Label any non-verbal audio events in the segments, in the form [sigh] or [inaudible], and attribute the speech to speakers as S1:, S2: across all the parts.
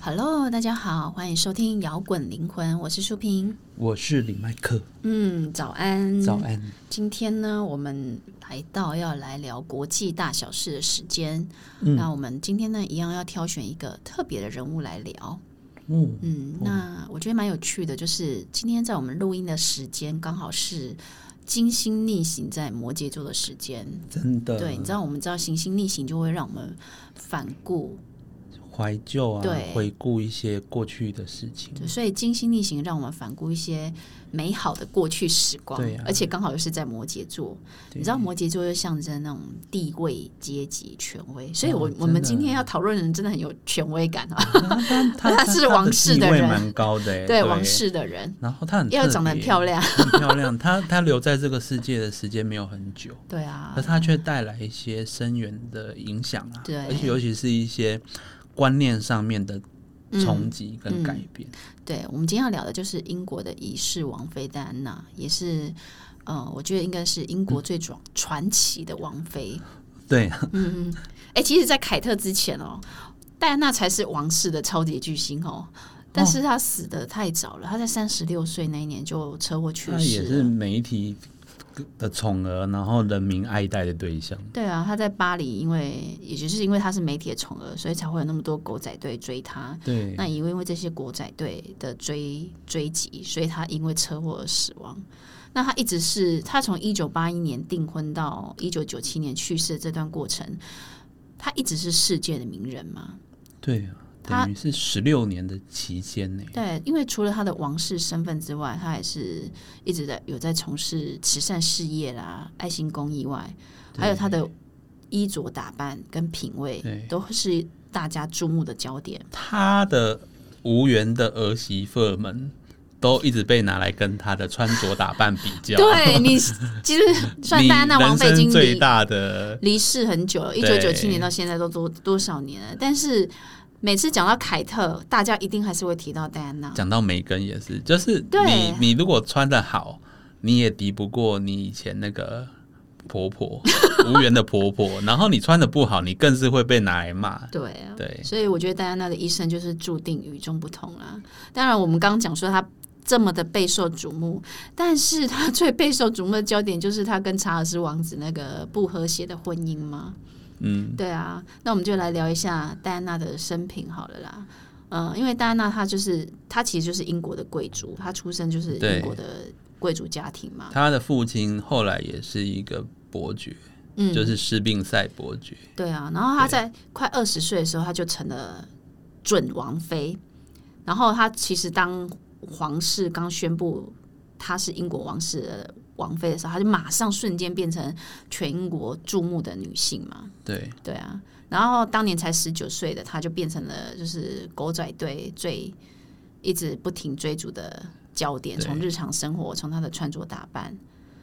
S1: Hello，大家好，欢迎收听《摇滚灵魂》，我是舒平。
S2: 我是李麦克，
S1: 嗯，早安。
S2: 早。安。
S1: 今天呢，我们来到要来聊国际大小事的时间。那我们今天呢，一样要挑选一个特别的人物来聊。
S2: 嗯，
S1: 嗯，那我觉得蛮有趣的，就是今天在我们录音的时间，刚好是金星逆行在摩羯座的时间。
S2: 真的，
S1: 对，你知道，我们知道行星逆行就会让我们反顾，
S2: 怀旧啊
S1: 对，
S2: 回顾一些过去的事
S1: [laughs]
S2: 情，
S1: 对所以金星逆行让我们反顾一些美好的过去时光，
S2: 对啊
S1: 而且刚好又是在摩羯座，
S2: 对
S1: 你知道摩羯座又象征那种地位、阶级、权威，所以我、
S2: 哦
S1: 我们
S2: 真的
S1: 今天要讨论的人真的很有权威感啊，
S2: 他
S1: 他
S2: 他
S1: 是王室的
S2: 的地位
S1: 人
S2: 蛮高的欸，
S1: 对王。室的人，
S2: 然后他很
S1: 又长得很漂
S2: 亮，
S1: 亮，
S2: 很漂亮。他他留在这个世界的时间没有很久，
S1: 对啊
S2: 可，他却带来一些深远的影响啊，
S1: 对
S2: 而且尤其是一些观念上面的冲击跟改变。
S1: 对，我们今天要聊的就是英国的已逝王妃戴安娜，也是，呃，我觉得应该是英
S2: 嗯
S1: 国最传传奇的王妃。
S2: 对，
S1: 嗯嗯，哎、其实，在凯特之前哦，戴安娜才是王室的超级巨星哦，但是她死的太早了，她在三十六岁那一年就车祸去
S2: 他也
S1: 世
S2: 是
S1: 了。
S2: 媒体的宠儿，然后人民爱戴的对象。
S1: 对啊，她在巴黎，因为也就是因为她是媒体的宠儿，所以才会有那么多狗仔队追她。
S2: 对，
S1: 那也因为这些国仔队的追追击，所以他因为车祸而死亡。那他一直是他从一九八一年订婚到一九九七年去世的这段过程，他一直是世界的名人嘛？
S2: 对啊，
S1: 他
S2: 等于是十六年的期间呢。
S1: 对，因为除了他的王室身份之外，他还是一直在有在从事慈善事业啦、爱心公益外，
S2: 对
S1: 还有他的衣着打扮跟品味
S2: 对
S1: 都是大家注目的焦点。
S2: 他的无缘的儿媳妇儿们都一直被拿来跟他的穿着打扮比较。
S1: 对你，其
S2: [laughs]
S1: 实算
S2: 你
S1: 戴安娜王妃已
S2: 人
S1: 经
S2: 生最
S1: 离
S2: 大的
S1: 离世很久了，一九九七年到现在都多多少年了？但是每次讲到凯特，大家一定还是会提到戴安娜。
S2: 讲到梅根也是，就是
S1: 对
S2: 你你如果穿的好，你也敌不过你以前那个
S1: [laughs]
S2: 婆婆无缘的婆婆，然后你穿的不好，你更是会被拿来骂。
S1: 对啊，
S2: 对
S1: 所以我觉得戴安娜的一生就是注定与众不同啦。当然，我们刚刚讲说她这么的备受瞩目，但是她最备受瞩目的焦点就是她跟查尔斯王子那个不和谐的婚姻吗？
S2: 嗯，
S1: 对啊，那我们就来聊一下戴安娜的生平好了啦。嗯、因为戴安娜她就是她其实就是英国的贵族，她出生就是英
S2: 对
S1: 国的贵族家庭嘛。
S2: 他的父亲后来也是一个伯爵，
S1: 嗯，
S2: 就是施病赛伯爵。
S1: 对啊。然后她在快二十岁的时候，她就成了准王妃。然后她其实当皇室刚宣布她是英国王室的王妃的时候，她就马上瞬间变成全英国注目的女性嘛。
S2: 对，
S1: 对啊，然后当年才十九岁的他就变成了就是狗仔队最一直不停追逐的焦点，
S2: 对
S1: 从日常生活，从他的穿着打扮。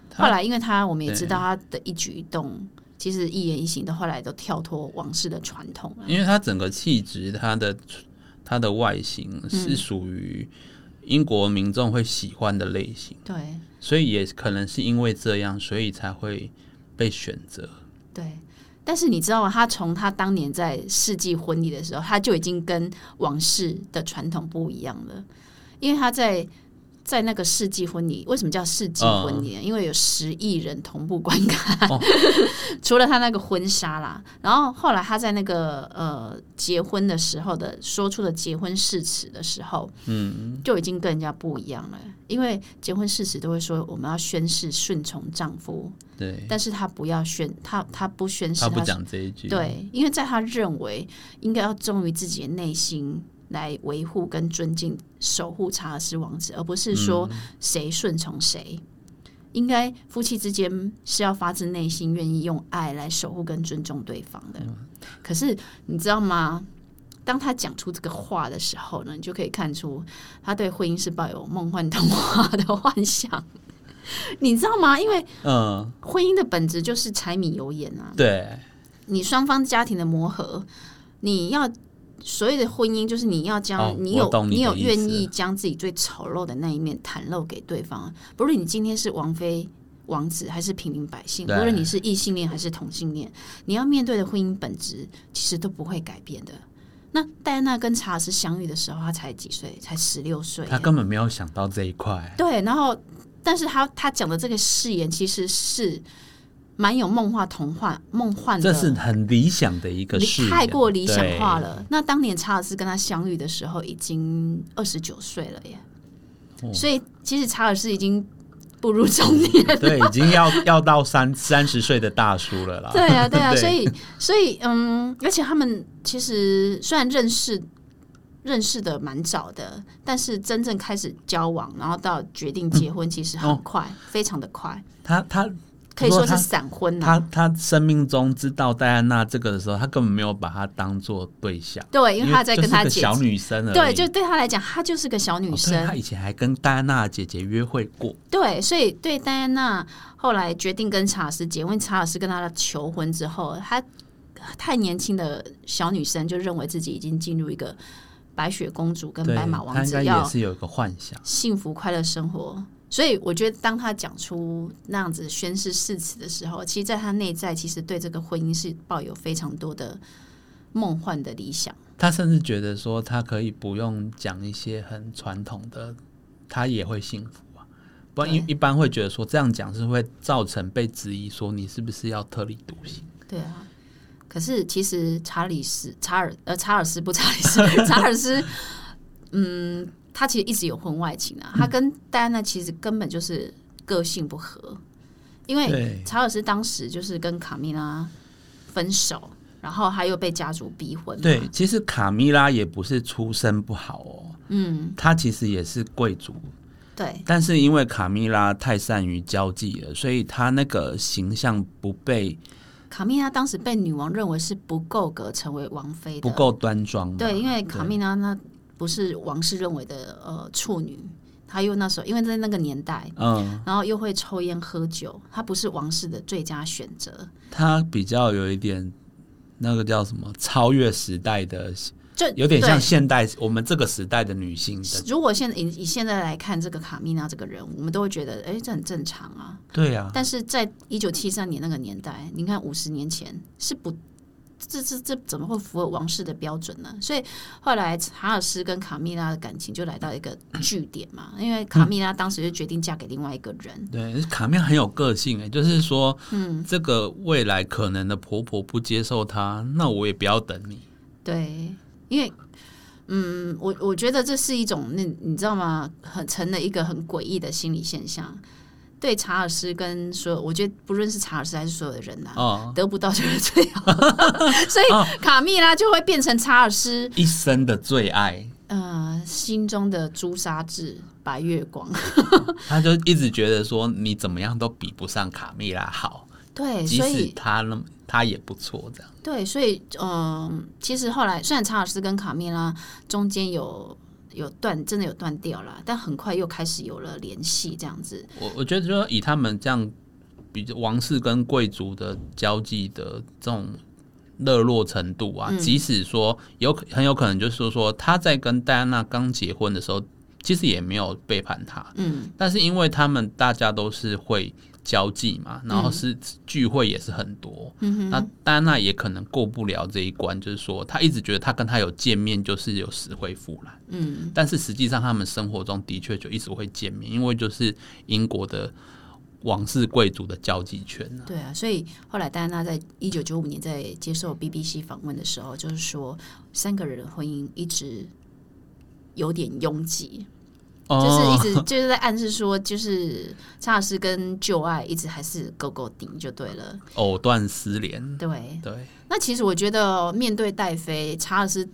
S2: 他
S1: 后来，因为他我们也
S2: 对
S1: 知道他的一举一动，其实一言一行都后来都跳脱王室的传统了。
S2: 因为它整个气质，它的它的外形
S1: 嗯
S2: 是属于英国民众会喜欢的类型，
S1: 对
S2: 所以也可能是因为这样，所以才会被选择。
S1: 对，但是你知道吗？他从他当年在世纪婚礼的时候，他就已经跟王室的传统不一样了，因为他在。在那个世纪婚礼，为什么叫世纪婚礼呢？因为有十亿人同步观看， [laughs] 除了他那个婚纱啦。然后后来他在那个呃结婚的时候的说出的结婚誓词的时候，嗯，就已经跟人家不一样了。因为结婚誓词都会说我们要宣誓顺从丈夫，
S2: 对，
S1: 但是他不要宣，他他不宣誓，
S2: 他不讲这一句，
S1: 对，因为在他认为应该要忠于自己的内心来维护跟尊敬、守护查尔斯王子，而不
S2: 嗯
S1: 是说谁顺从谁。应该夫妻之间是要发自内心愿意用爱来守护跟尊重对方的。
S2: 嗯
S1: 可是你知道吗？当他讲出这个话的时候呢，你就可以看出他对婚姻是抱有梦幻童话的幻想， [laughs] 你知道吗？因为
S2: 嗯，
S1: 婚姻的本质就是柴米油盐啊。
S2: 对，
S1: 你双方家庭的磨合，你要所谓的婚姻，就是你要将、
S2: 哦
S1: 你
S2: 我
S1: 有
S2: 懂你的
S1: 有
S2: 意
S1: 愿
S2: 思
S1: 意将自己最丑陋的那一面袒露给对方，不论你今天是王妃。王子还是平民百姓，无
S2: 对
S1: 论你是异性恋还是同性恋，你要面对的婚姻本质其实都不会改变的。那戴安娜跟查尔斯相遇的时候，她才几岁？才十六岁。
S2: 他根本没有想到这一块，
S1: 对，然后但是他他讲的这个誓言其实是蛮有梦话童话梦幻的，
S2: 这是很理想的一个
S1: 理
S2: 事业，
S1: 太过理想化
S2: 对。
S1: 了。那当年查尔斯跟他相遇的时候，已经二十九岁了耶，
S2: 哦
S1: 所以其实查尔斯已经步入中年。
S2: [laughs] 对，啊已经要要到三三十岁的大叔了啦。
S1: 对啊，对啊，
S2: 对
S1: 所以所以嗯，而且他们其实虽然认识认识的蛮早的，但是真正开始交往，然后到决定结婚，其实很
S2: 哦
S1: 快，非常的快，
S2: 他他
S1: 可以说是
S2: 他
S1: 闪婚啊。
S2: 他他生命中知道戴安娜这个的时候，他根本没有把她当做对象，
S1: 对，因为他在跟他
S2: 就是
S1: 姐
S2: 个小
S1: 姐，
S2: 女生而已。哦
S1: 对，就对他来讲，她就是个小女生。
S2: 她以前还跟戴安娜姐姐约会过，
S1: 对，所以对戴安娜后来决定跟查尔斯结婚，查尔斯跟她的求婚之后，她太年轻的小女生就认为自己已经进入一个白雪公主跟
S2: 对，
S1: 白马王
S2: 她应
S1: 子
S2: 该也
S1: 要
S2: 是有一个幻想。
S1: 幸福快乐生活。所以我觉得，当她讲出那样子宣誓誓词的时候，其实在她内在其实对这个婚姻是抱有非常多的梦幻的理想。
S2: 她甚至觉得说，她可以不用讲一些很传统的，她也会幸福啊。不然一一般会觉得说这样讲是会造成被质疑，说你是不是要特立独行？
S1: 对啊，可是其实查理斯、查尔呃查尔斯不查理
S2: [laughs]
S1: 斯，查尔斯，嗯，他其实一直有婚外情
S2: 嗯
S1: 啊，他跟戴安娜其实根本就是个性不合，因为
S2: 对，
S1: 查尔斯当时就是跟卡米拉分手，然后他又被家族逼婚，
S2: 对，，其实卡米拉也不是出身不好哦，
S1: 嗯，
S2: 她其实也是贵族
S1: 对，
S2: 但是因为卡米拉太善于交际了，所以她那个形象不被
S1: 卡米拉当时被女王认为是不够格成为王妃
S2: 不
S1: 的，
S2: 够嗯端庄嘛。
S1: 对，因为卡蜜拉那不是王室认为的呃处女，她又那时候因为在那个年代。
S2: 嗯，
S1: 然后又会抽烟喝酒，他不是王室的最佳选择。
S2: 她比较有一点那个叫什么超越时代的，
S1: 就
S2: 有点像
S1: 对
S2: 现代我们这个时代的女性的。
S1: 如果现以以现在来看这个卡米娜这个人，我们都会觉得，哎，这很正常啊。
S2: 对啊，
S1: 但是在一九七三年那个年代，你看五十年前是不，这这这怎么会符合王室的标准呢？所以后来查尔斯跟卡米拉的感情就来到一个据点嘛，因为卡米拉当时就决定嫁给另外一个人。
S2: 对，卡蜜拉很有个性诶、就是说，嗯，这个未来可能的婆婆不接受她，那我也不要等你。
S1: 对，因为嗯，我我觉得这是一种那你知道吗？很成了一个很诡异的心理现象。对查尔斯跟所有，我觉得不论是查尔斯还是所有的人呐、
S2: 哦，
S1: 得不到就是最好，所以卡蜜拉就会变成查尔斯
S2: 一生的最爱，
S1: 呃心中的朱砂痣、白月光。
S2: 她就一直觉得说你怎么样都比不上卡蜜拉好。
S1: 对，
S2: 即
S1: 所
S2: 使
S1: 以
S2: 他那么他也不错，这样
S1: 对，所以嗯、其实后来虽然查尔斯跟卡蜜拉中间有有断，真的有断掉了，但很快又开始有了联系，这样子。
S2: 我我觉得就以他们这样比较王室跟贵族的交际的这种热络程度啊，即使说有可很有可能就是说说他在跟戴安娜刚结婚的时候，其实也没有背叛他，
S1: 嗯，
S2: 但是因为他们大家都是会。交际嘛，然后是聚会也是很多，嗯、那戴安娜也可能过不了这一关，就是说她一直觉得她跟他有见面就是有死灰复燃。
S1: 嗯，
S2: 但是实际上他们生活中的确就一直会见面，因为就是英国的王室贵族的交际圈啊。
S1: 对啊，所以后来戴安娜在一九九五年在接受 BBC 访问的时候，就是说三个人的婚姻一直有点拥挤，
S2: 哦
S1: 就是一直就是在暗示说，就是查尔斯跟旧爱一直还是勾勾顶就对了。
S2: 藕断丝连，
S1: 对，
S2: 对，
S1: 那其实我觉得面对戴妃，查尔斯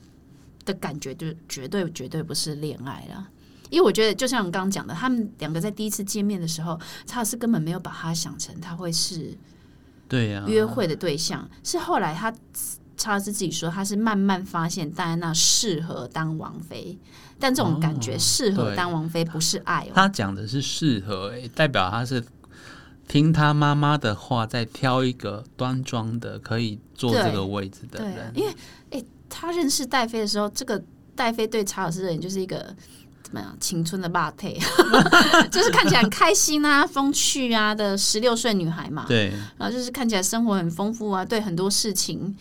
S1: 的感觉就绝对绝对不是恋爱了。因为我觉得，就像我刚刚讲的，他们两个在第一次见面的时候，查尔斯根本没有把他想成他会是
S2: 对呀、啊，
S1: 约会的对象，是后来他查尔斯自己说，他是慢慢发现戴安娜适合当王妃，但这种感觉适合
S2: 对
S1: 当王妃不是爱哦。
S2: 他讲的是适合、欸，代表他是听他妈妈的话，再挑一个端庄的可以坐这个位置的
S1: 对啊
S2: 人，。
S1: 因为诶，他认识戴妃的时候，这个戴妃对查尔斯的人就是一个。怎么样？青春的霸配， [laughs] 就是看起来很开心啊、风趣啊的十六岁女孩嘛。
S2: 对，
S1: 然后就是看起来生活很丰富啊，对很多事情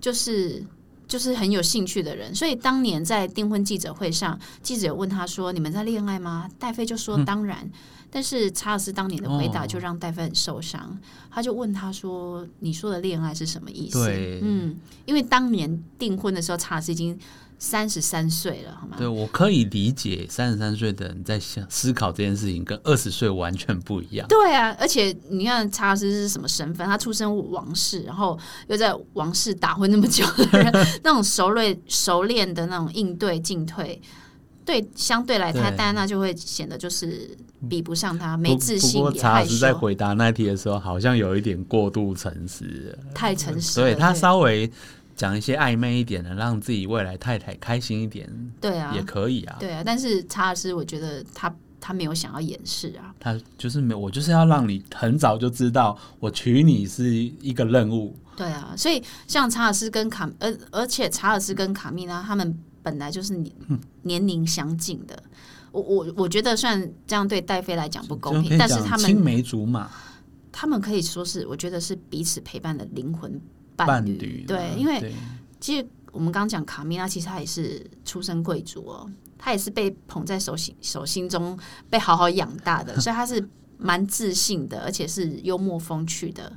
S1: 就是就是很有兴趣的人，所以当年在订婚记者会上，记者有问他说：“你们在恋爱吗？”戴妃就说：“当然。但是查尔斯当年的回答
S2: 嗯哦
S1: 就让戴妃很受伤，他就问他说：“你说的恋爱是什么意思？”
S2: 对，
S1: 嗯，因为当年订婚的时候，查尔斯已经三十三岁了，好吗？
S2: 对我可以理解三十三岁的人在想思考这件事情，跟二十岁完全不一样。
S1: 对啊，而且你看查尔斯是什么身份？他出身王室，然后又在王室打混那么久的人，那种熟练熟练的那种应对进退，对，相对来他
S2: 对
S1: 戴安娜就会显得就是比不上他，
S2: 不
S1: 没自信
S2: 不过
S1: 也
S2: 查
S1: 害
S2: 尔斯在
S1: 羞，
S2: 回答那题的时候，好像有一点过度诚实了，
S1: 太诚实了。
S2: 所以他
S1: 啊对
S2: 稍微讲一些暧昧一点的，让自己未来太太开心一点
S1: 对啊
S2: 也，可以啊。
S1: 对啊，但是查尔斯，我觉得他他没有想要掩饰啊，
S2: 他就是没有，我就是要让你很早就知道，我娶你是一个任务。
S1: 对啊，所以像查尔斯跟卡，而而且查尔斯跟卡蜜拉他们本来就是年年龄相近的。我我我觉得虽然这样对戴妃来讲不公
S2: 就可
S1: 平，
S2: 以
S1: 但是
S2: 讲
S1: 他
S2: 青
S1: 们
S2: 梅竹马，
S1: 他们可以说是，我觉得是彼此陪伴的灵魂
S2: 伴
S1: 伴侣。
S2: 侣嘛
S1: 对，因为
S2: 对
S1: 其实我们刚刚讲卡蜜拉，其实她也是出身贵族哦，她也是被捧在手心手心中被好好养大的，所以她是蛮自信的，而且是幽默风趣的。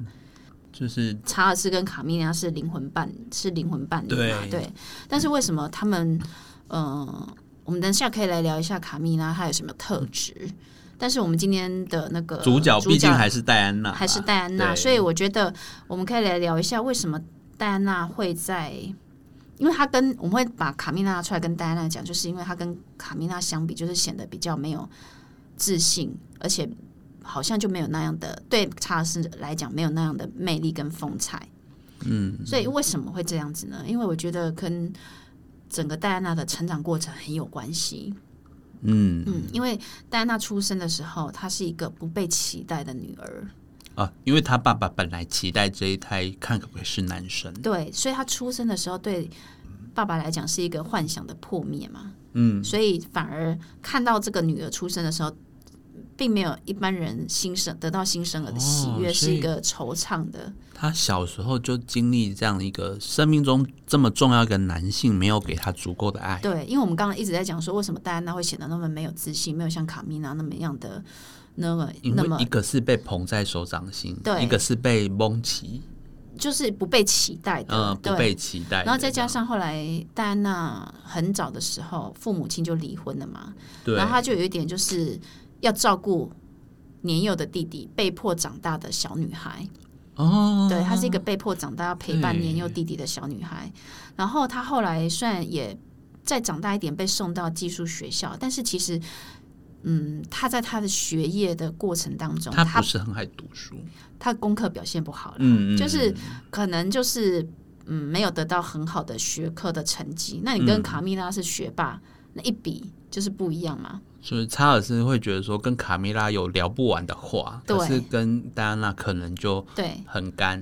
S2: 就是
S1: 查尔斯跟卡米拉是灵魂伴，是灵魂伴侣嘛？
S2: 对
S1: 对。但是为什么他们，呃，我们等一下可以来聊一下卡米拉她有什么特质？但是我们今天的那个
S2: 主角，
S1: 呃主
S2: 毕竟
S1: 角
S2: 还是戴安娜嘛，啊
S1: 还是戴安娜，
S2: 对
S1: 所以我觉得我们可以来聊一下为什么戴安娜会在，因为她跟我们会把卡米拉拿出来跟戴安娜讲，就是因为她跟卡米拉相比，就是显得比较没有自信，而且好像就没有那样的对查尔斯来讲没有那样的魅力跟风采。嗯，所以为什么会这样子呢？因为我觉得跟整个戴安娜的成长过程很有关系。
S2: 嗯
S1: 嗯，因为戴安娜出生的时候，她是一个不被期待的女儿。
S2: 啊，因为他爸爸本来期待这一胎看可不可以是男生，
S1: 对，所以他出生的时候对爸爸来讲是一个幻想的破灭嘛，
S2: 嗯，
S1: 所以反而看到这个女儿出生的时候，并没有一般人新生得到新生儿的喜
S2: 哦
S1: 悦，
S2: 所
S1: 是
S2: 以
S1: 一个惆怅的。
S2: 他小时候就经历这样一个生命中这么重要一个男性没有给他足够的爱，
S1: 对，因为我们刚刚一直在讲说，为什么戴安娜会显得那么没有自信，没有像卡米娜那么样的那么
S2: 因
S1: 那
S2: 为
S1: 么
S2: 一个是被捧在手掌心，
S1: 对
S2: 一个是被蒙起，
S1: 就是不被期待的，
S2: 嗯，
S1: 对
S2: 不。被期待的，
S1: 然后再加上后来戴安娜很早的时候，父母亲就离婚了嘛，
S2: 对，
S1: 然后他就有一点就是要照顾年幼的弟弟，被迫长大的小女孩。
S2: 哦，
S1: 对，她是一个被迫长大要陪伴
S2: 对
S1: 年幼弟弟的小女孩。然后她后来虽然也再长大一点被送到寄宿学校，但是其实。嗯，她在她的学业的过程当中，
S2: 他
S1: 她
S2: 不是很爱读书，
S1: 她功课表现不好了，
S2: 嗯嗯
S1: 就是可能就是嗯没有得到很好的学科的成绩。那你
S2: 嗯
S1: 跟卡蜜拉是学霸，那一比就是不一样嘛。
S2: 所以查尔斯会觉得说跟卡米拉有聊不完的话，
S1: 对
S2: 可是跟戴安娜可能就
S1: 对，
S2: 很干，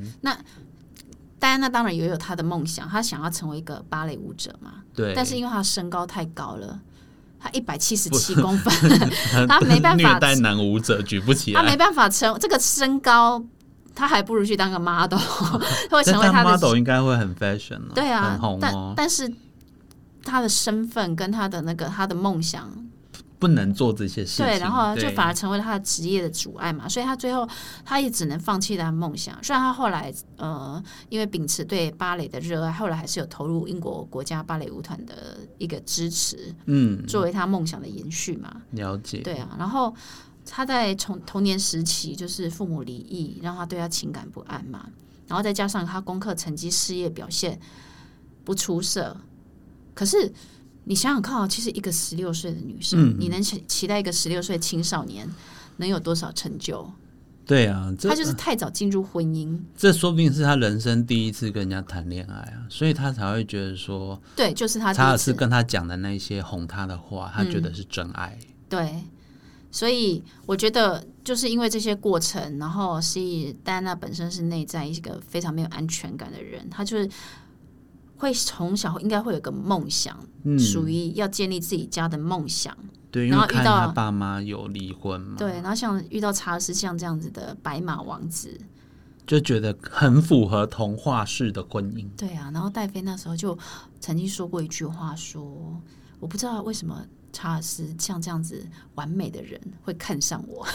S1: 戴安娜当然也有她的梦想，她想要成为一个芭蕾舞者嘛。
S2: 对，
S1: 但
S2: [laughs]
S1: 是因为她身高太高了，她一百七十七公
S2: [laughs]
S1: 分，她
S2: 跟
S1: 没办法
S2: 虐待男舞者举不起
S1: 她
S2: 来
S1: 没。办法成这个身高，她还不如去当个
S2: [laughs]
S1: model，她会成为
S2: 但
S1: 她的
S2: model 应该会很 fashion 哦，
S1: 对啊
S2: 很，红
S1: 但
S2: 哦，
S1: 但是她的身份跟她的那个她的梦想，
S2: 不能做这些事情。
S1: 对，然后就
S2: 对
S1: 反而成为了她的职业的阻碍嘛，所以她最后她也只能放弃她的梦想。虽然她后来呃，因为秉持对芭蕾的热爱，后来还是有投入英国国家芭蕾舞团的一个支持，
S2: 嗯，
S1: 作为她梦想的延续嘛。
S2: 了解，
S1: 对啊，然后他在从童年时期就是父母离异，让他对他情感不安嘛，然后再加上他功课成绩、事业表现不出色，可是你想想看啊，其实一个十六岁的女
S2: 嗯
S1: 生，你能期期待一个十六岁青少年能有多少成就？
S2: 对啊，这
S1: 他就是太早进入婚姻，
S2: 这说不定是他人生第一次跟人家谈恋爱啊，所以他才会觉得说
S1: 对，就是他第
S2: 查
S1: 一
S2: 尔
S1: 次
S2: 斯跟他讲哦的那些哄他的话，他觉得是真爱。
S1: 对，所以我觉得就是因为这些过程，然后是戴安娜本身是内在一个非常没有安全感的人，她就是会从小应该会有个梦想，
S2: 嗯，
S1: 属于要建立自己家的梦想。
S2: 对，因
S1: 然
S2: 为
S1: 后遇
S2: 看
S1: 到
S2: 他爸妈有离婚嘛，
S1: 对，然后像遇到查尔斯像这样子的白马王子，
S2: 就觉得很符合童话式的婚姻。
S1: 对啊，然后戴妃那时候就曾经说过一句话说，我不知道为什么查尔斯像这样子完美的人会看上我，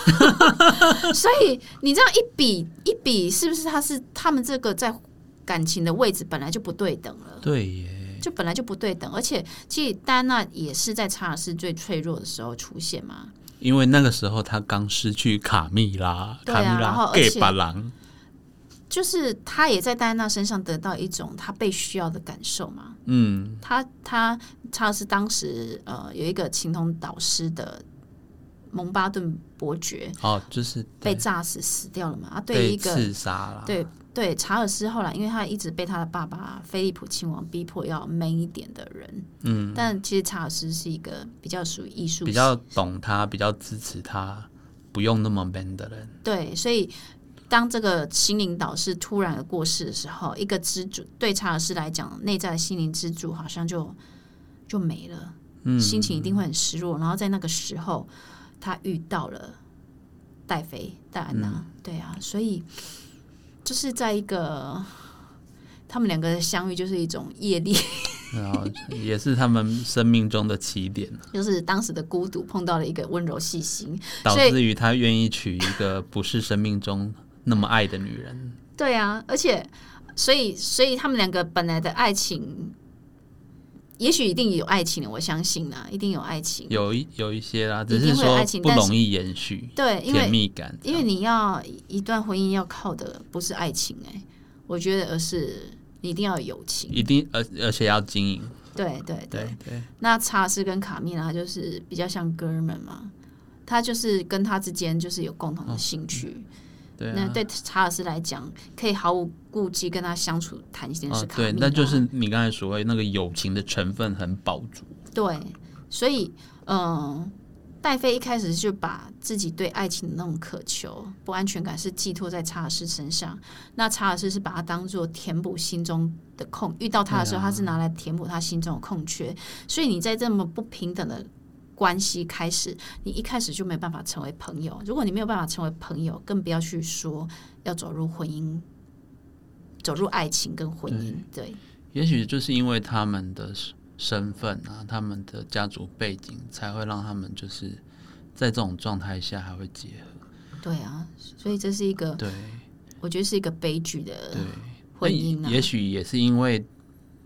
S1: [laughs] 所以你这样一比一比，是不是他是他们这个在感情的位置本来就不对等了？
S2: 对耶，
S1: 就本来就不对等，而且其实戴安娜也是在查尔斯最脆弱的时候出现嘛，
S2: 因为那个时候他刚失去卡蜜拉，
S1: 对
S2: 卡
S1: 啊
S2: 蜜
S1: 然后
S2: 拉
S1: 而
S2: 给
S1: 且
S2: 巴郎，
S1: 就是她也在戴安娜身上得到一种她被需要的感受嘛。
S2: 嗯，
S1: 她她查尔斯当时呃有一个情同导师的蒙巴顿伯爵
S2: 哦，就是
S1: 被
S2: 对
S1: 炸死死掉了嘛，啊，对
S2: 被
S1: 一个
S2: 刺杀了，
S1: 对对查尔斯后来因为他一直被他的爸爸菲利普亲王逼迫要 man 一点的人，
S2: 嗯，
S1: 但其实查尔斯是一个比较属于艺术
S2: 比较懂他，比较支持他，不用那么 man 的人，
S1: 对，所以当这个心灵导师突然的过世的时候，一个支柱对查尔斯来讲，内在的心灵支柱好像就就没了，
S2: 嗯，
S1: 心情一定会很失落。然后在那个时候，他遇到了戴妃戴安娜，
S2: 嗯
S1: 对啊，所以就是在一个他们两个的相遇，就是一种业力， [laughs]
S2: 然后也是他们生命中的起点，
S1: 就是当时的孤独碰到了一个温柔细心，
S2: 导
S1: 所以
S2: 致于他愿意娶一个不是生命中那么爱的女人。
S1: 对啊，而且，所以，所以他们两个本来的爱情，也许一定有爱情的，我相信啊，一定有爱情。
S2: 有一有一些啦，
S1: 一定
S2: 只
S1: 会有
S2: 是说
S1: 爱情
S2: 不
S1: 但是
S2: 容易延续
S1: 对，因
S2: 甜
S1: 为
S2: 蜜感，
S1: 因为你要一段婚姻要靠的不是爱情、哎，我觉得而是你一定要有友情。
S2: 一定而而且要经营，
S1: 对对对，
S2: 对对，
S1: 那查尔斯跟卡蜜拉就是比较像哥们嘛，他就是跟他之间就是有共同的兴趣。
S2: 哦对
S1: 那
S2: 啊。
S1: 对查尔斯来讲，可以毫无顾忌跟他相处谈心的是
S2: 哦，
S1: 卡蜜拉、
S2: 对，那就是你刚才所谓那个友情的成分很饱足，
S1: 对，所以嗯，戴妃一开始就把自己对爱情的那种渴求、不安全感是寄托在查尔斯身上。那查尔斯是把他当做填补心中的空，遇到他的时候，他是拿来填补他心中的空缺。所以你在这么不平等的。关系开始，你一开始就没办法成为朋友。如果你没有办法成为朋友，更不要去说要走入婚姻、走入爱情跟婚姻。对，
S2: 也许就是因为他们的身身份啊，他们的家族背景，才会让他们就是在这种状态下还会结合。
S1: 对啊，所以这是一个
S2: 对
S1: 我觉得是一个悲剧的
S2: 对，
S1: 婚姻
S2: 那
S1: 啊。
S2: 也许也是因为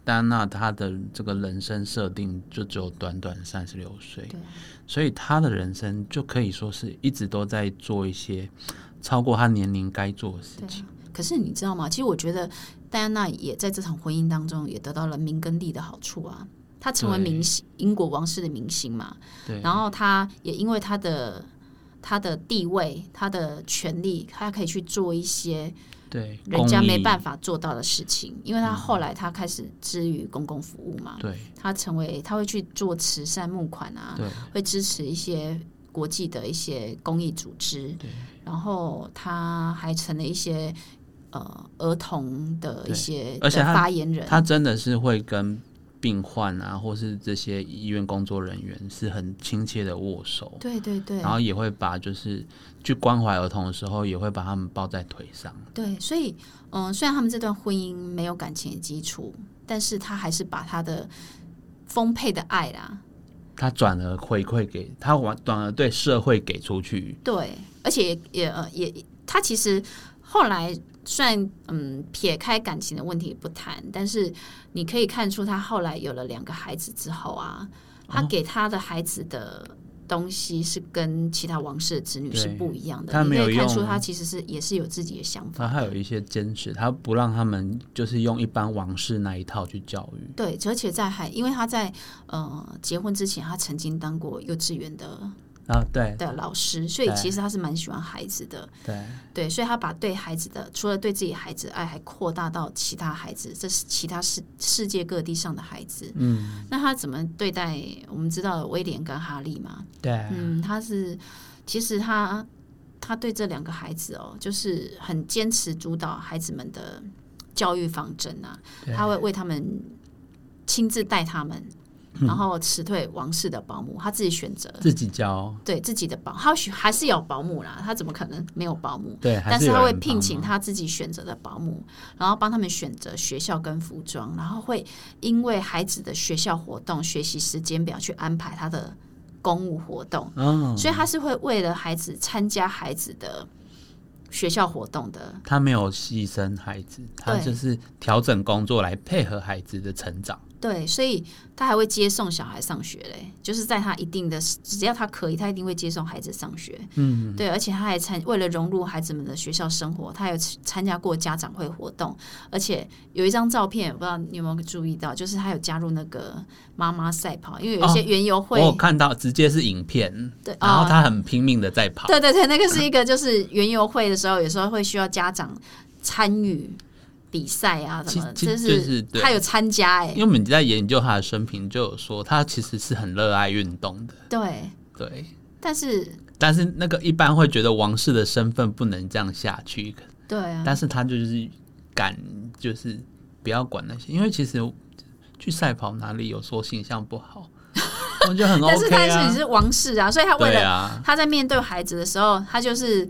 S2: 丹娜她的这个人生设定就只有短短三十六岁
S1: 对啊，
S2: 所以她的人生就可以说是一直都在做一些超过她年龄该做的事
S1: 对啊
S2: 情。
S1: 可是你知道吗？其实我觉得戴安娜也在这场婚姻当中也得到了名跟利的好处啊。她成为
S2: 对
S1: 明星，英国王室的明星嘛。
S2: 对
S1: 然后她也因为她的她的地位、她的权利，她可以去做一些
S2: 对，
S1: 人家
S2: 公益
S1: 没办法做到的事情。因为她后来她开始支于公共服务嘛，
S2: 对
S1: 她成为她会去做慈善募款啊，
S2: 对
S1: 会支持一些国际的一些公益组织，然后他还成了一些呃儿童的一些
S2: 而且
S1: 的
S2: 他
S1: 发言人，
S2: 他真的是会跟病患啊，或是这些医院工作人员是很亲切的握手，
S1: 对对对
S2: 然后也会把就是去关怀儿童的时候，也会把他们抱在腿上。
S1: 对，所以嗯、呃虽然他们这段婚姻没有感情的基础，但是他还是把他的丰沛的爱啦，
S2: 他转而回馈给他完，转而对社会给出去。
S1: 对，而且也也呃也，他其实后来虽然嗯撇开感情的问题不谈，但是你可以看出他后来有了两个孩子之后啊，
S2: 哦
S1: 他给他的孩子的东西是跟其他王室的子女是
S2: 对
S1: 不一样的，
S2: 他
S1: 你
S2: 没
S1: 可以
S2: 有
S1: 看出
S2: 用
S1: 他其实是也是有自己的想法。
S2: 他还有一些坚持，他不让他们就是用一般王室那一套去教育。
S1: 对，而且在还因为他在呃结婚之前，他曾经当过幼稚园的
S2: 啊，对
S1: 的老师，所以
S2: 对
S1: 其实他是蛮喜欢孩子的。
S2: 对，
S1: 对，所以他把对孩子的除了对自己孩子的爱，还扩大到其他孩子，这是其他世世界各地上的孩子。
S2: 嗯，
S1: 那他怎么对待？我们知道有威廉跟哈利嘛，
S2: 对啊，
S1: 嗯，他是其实他他对这两个孩子哦，就是很坚持主导孩子们的教育方针啊，
S2: 对
S1: 他会为他们亲自带他们，
S2: 嗯
S1: 然后辞退王室的保姆，他自己选择
S2: 自己教，
S1: 对自己的保，他许还是有保姆啦，他怎么可能没有保姆？
S2: 对，哎还
S1: 但是
S2: 有
S1: 他会
S2: 人
S1: 聘
S2: 帮
S1: 请
S2: 忙啊
S1: 他自己选择的保姆，然后帮他们选择学校跟服装，然后会因为孩子的学校活动、学习时间表去安排他的公务活动，
S2: 嗯，
S1: 所以他是会为了孩子参加孩子的学校活动的。
S2: 他没有牺牲孩子，他
S1: 对
S2: 就是调整工作来配合孩子的成长。
S1: 对，所以他还会接送小孩上学嘞，就是在他一定的时只要他可以，他一定会接送孩子上学。嗯，对，而且他还参为了融入孩子们的学校生活，他有参加过家长会活动，而且有一张照片，不知道你有没有注意到，就是他有加入那个妈妈赛跑，因为有一些
S2: 哦
S1: 园游
S2: 我
S1: 哦会，
S2: 有看到直接是影片，
S1: 对
S2: 然后
S1: 啊
S2: 他很拼命的在跑，
S1: 对对对，那个是一个就是园游会的时候，有时候会需要家长参与比赛啊什
S2: 其
S1: 么的，
S2: 其
S1: 这
S2: 实就是对
S1: 他有参加哎、
S2: 因为我们在研究他的生平就有说，他其实是很热爱运动的，
S1: 对，
S2: 对。
S1: 但是
S2: 但是那个一般会觉得王室的身份不能这样下去，
S1: 对啊。
S2: 但是他就是敢，就是不要管那些，因为其实去赛跑哪里有说形象
S1: [laughs]
S2: 不好，我觉得很 OK
S1: 但是他自己
S2: 啊，
S1: 是王室啊，所以他为
S2: 对
S1: 了
S2: 啊，
S1: 他在面对孩子的时候，他就是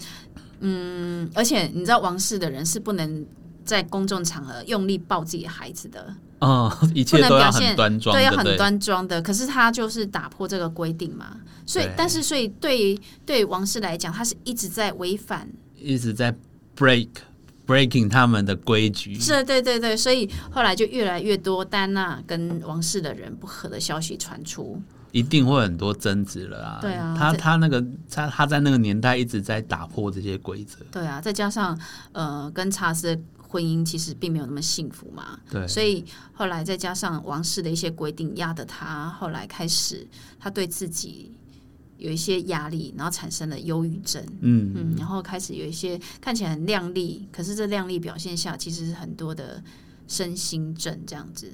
S1: 嗯，而且你知道王室的人是不能在公众场合用力抱自己的孩子的，
S2: 嗯，一
S1: 不
S2: 切
S1: 能
S2: 都要
S1: 表
S2: 很
S1: 现
S2: 端庄，
S1: 对，
S2: 对
S1: 要
S2: 不
S1: 很
S2: 对？
S1: 端庄的。可是他就是打破这个规定嘛，所以
S2: 对
S1: 但是所以对对王室来讲，他是一直在违反
S2: 一直在 break breaking 他们的规矩，
S1: 是，对对对，所以后来就越来越多丹娜跟王室的人不和的消息传出。
S2: 一定会很多争执了啊。
S1: 对啊
S2: 他
S1: 这
S2: 他那个他他在那个年代一直在打破这些规则，
S1: 对啊，再加上呃，跟查尔斯的婚姻其实并没有那么幸福嘛，
S2: 对，
S1: 所以后来再加上王室的一些规定，压得他后来开始，他对自己有一些压力，然后产生了忧郁症。
S2: 嗯，
S1: 嗯，然后开始有一些看起来很靓丽，可是这靓丽表现下其实是很多的身心症这样子。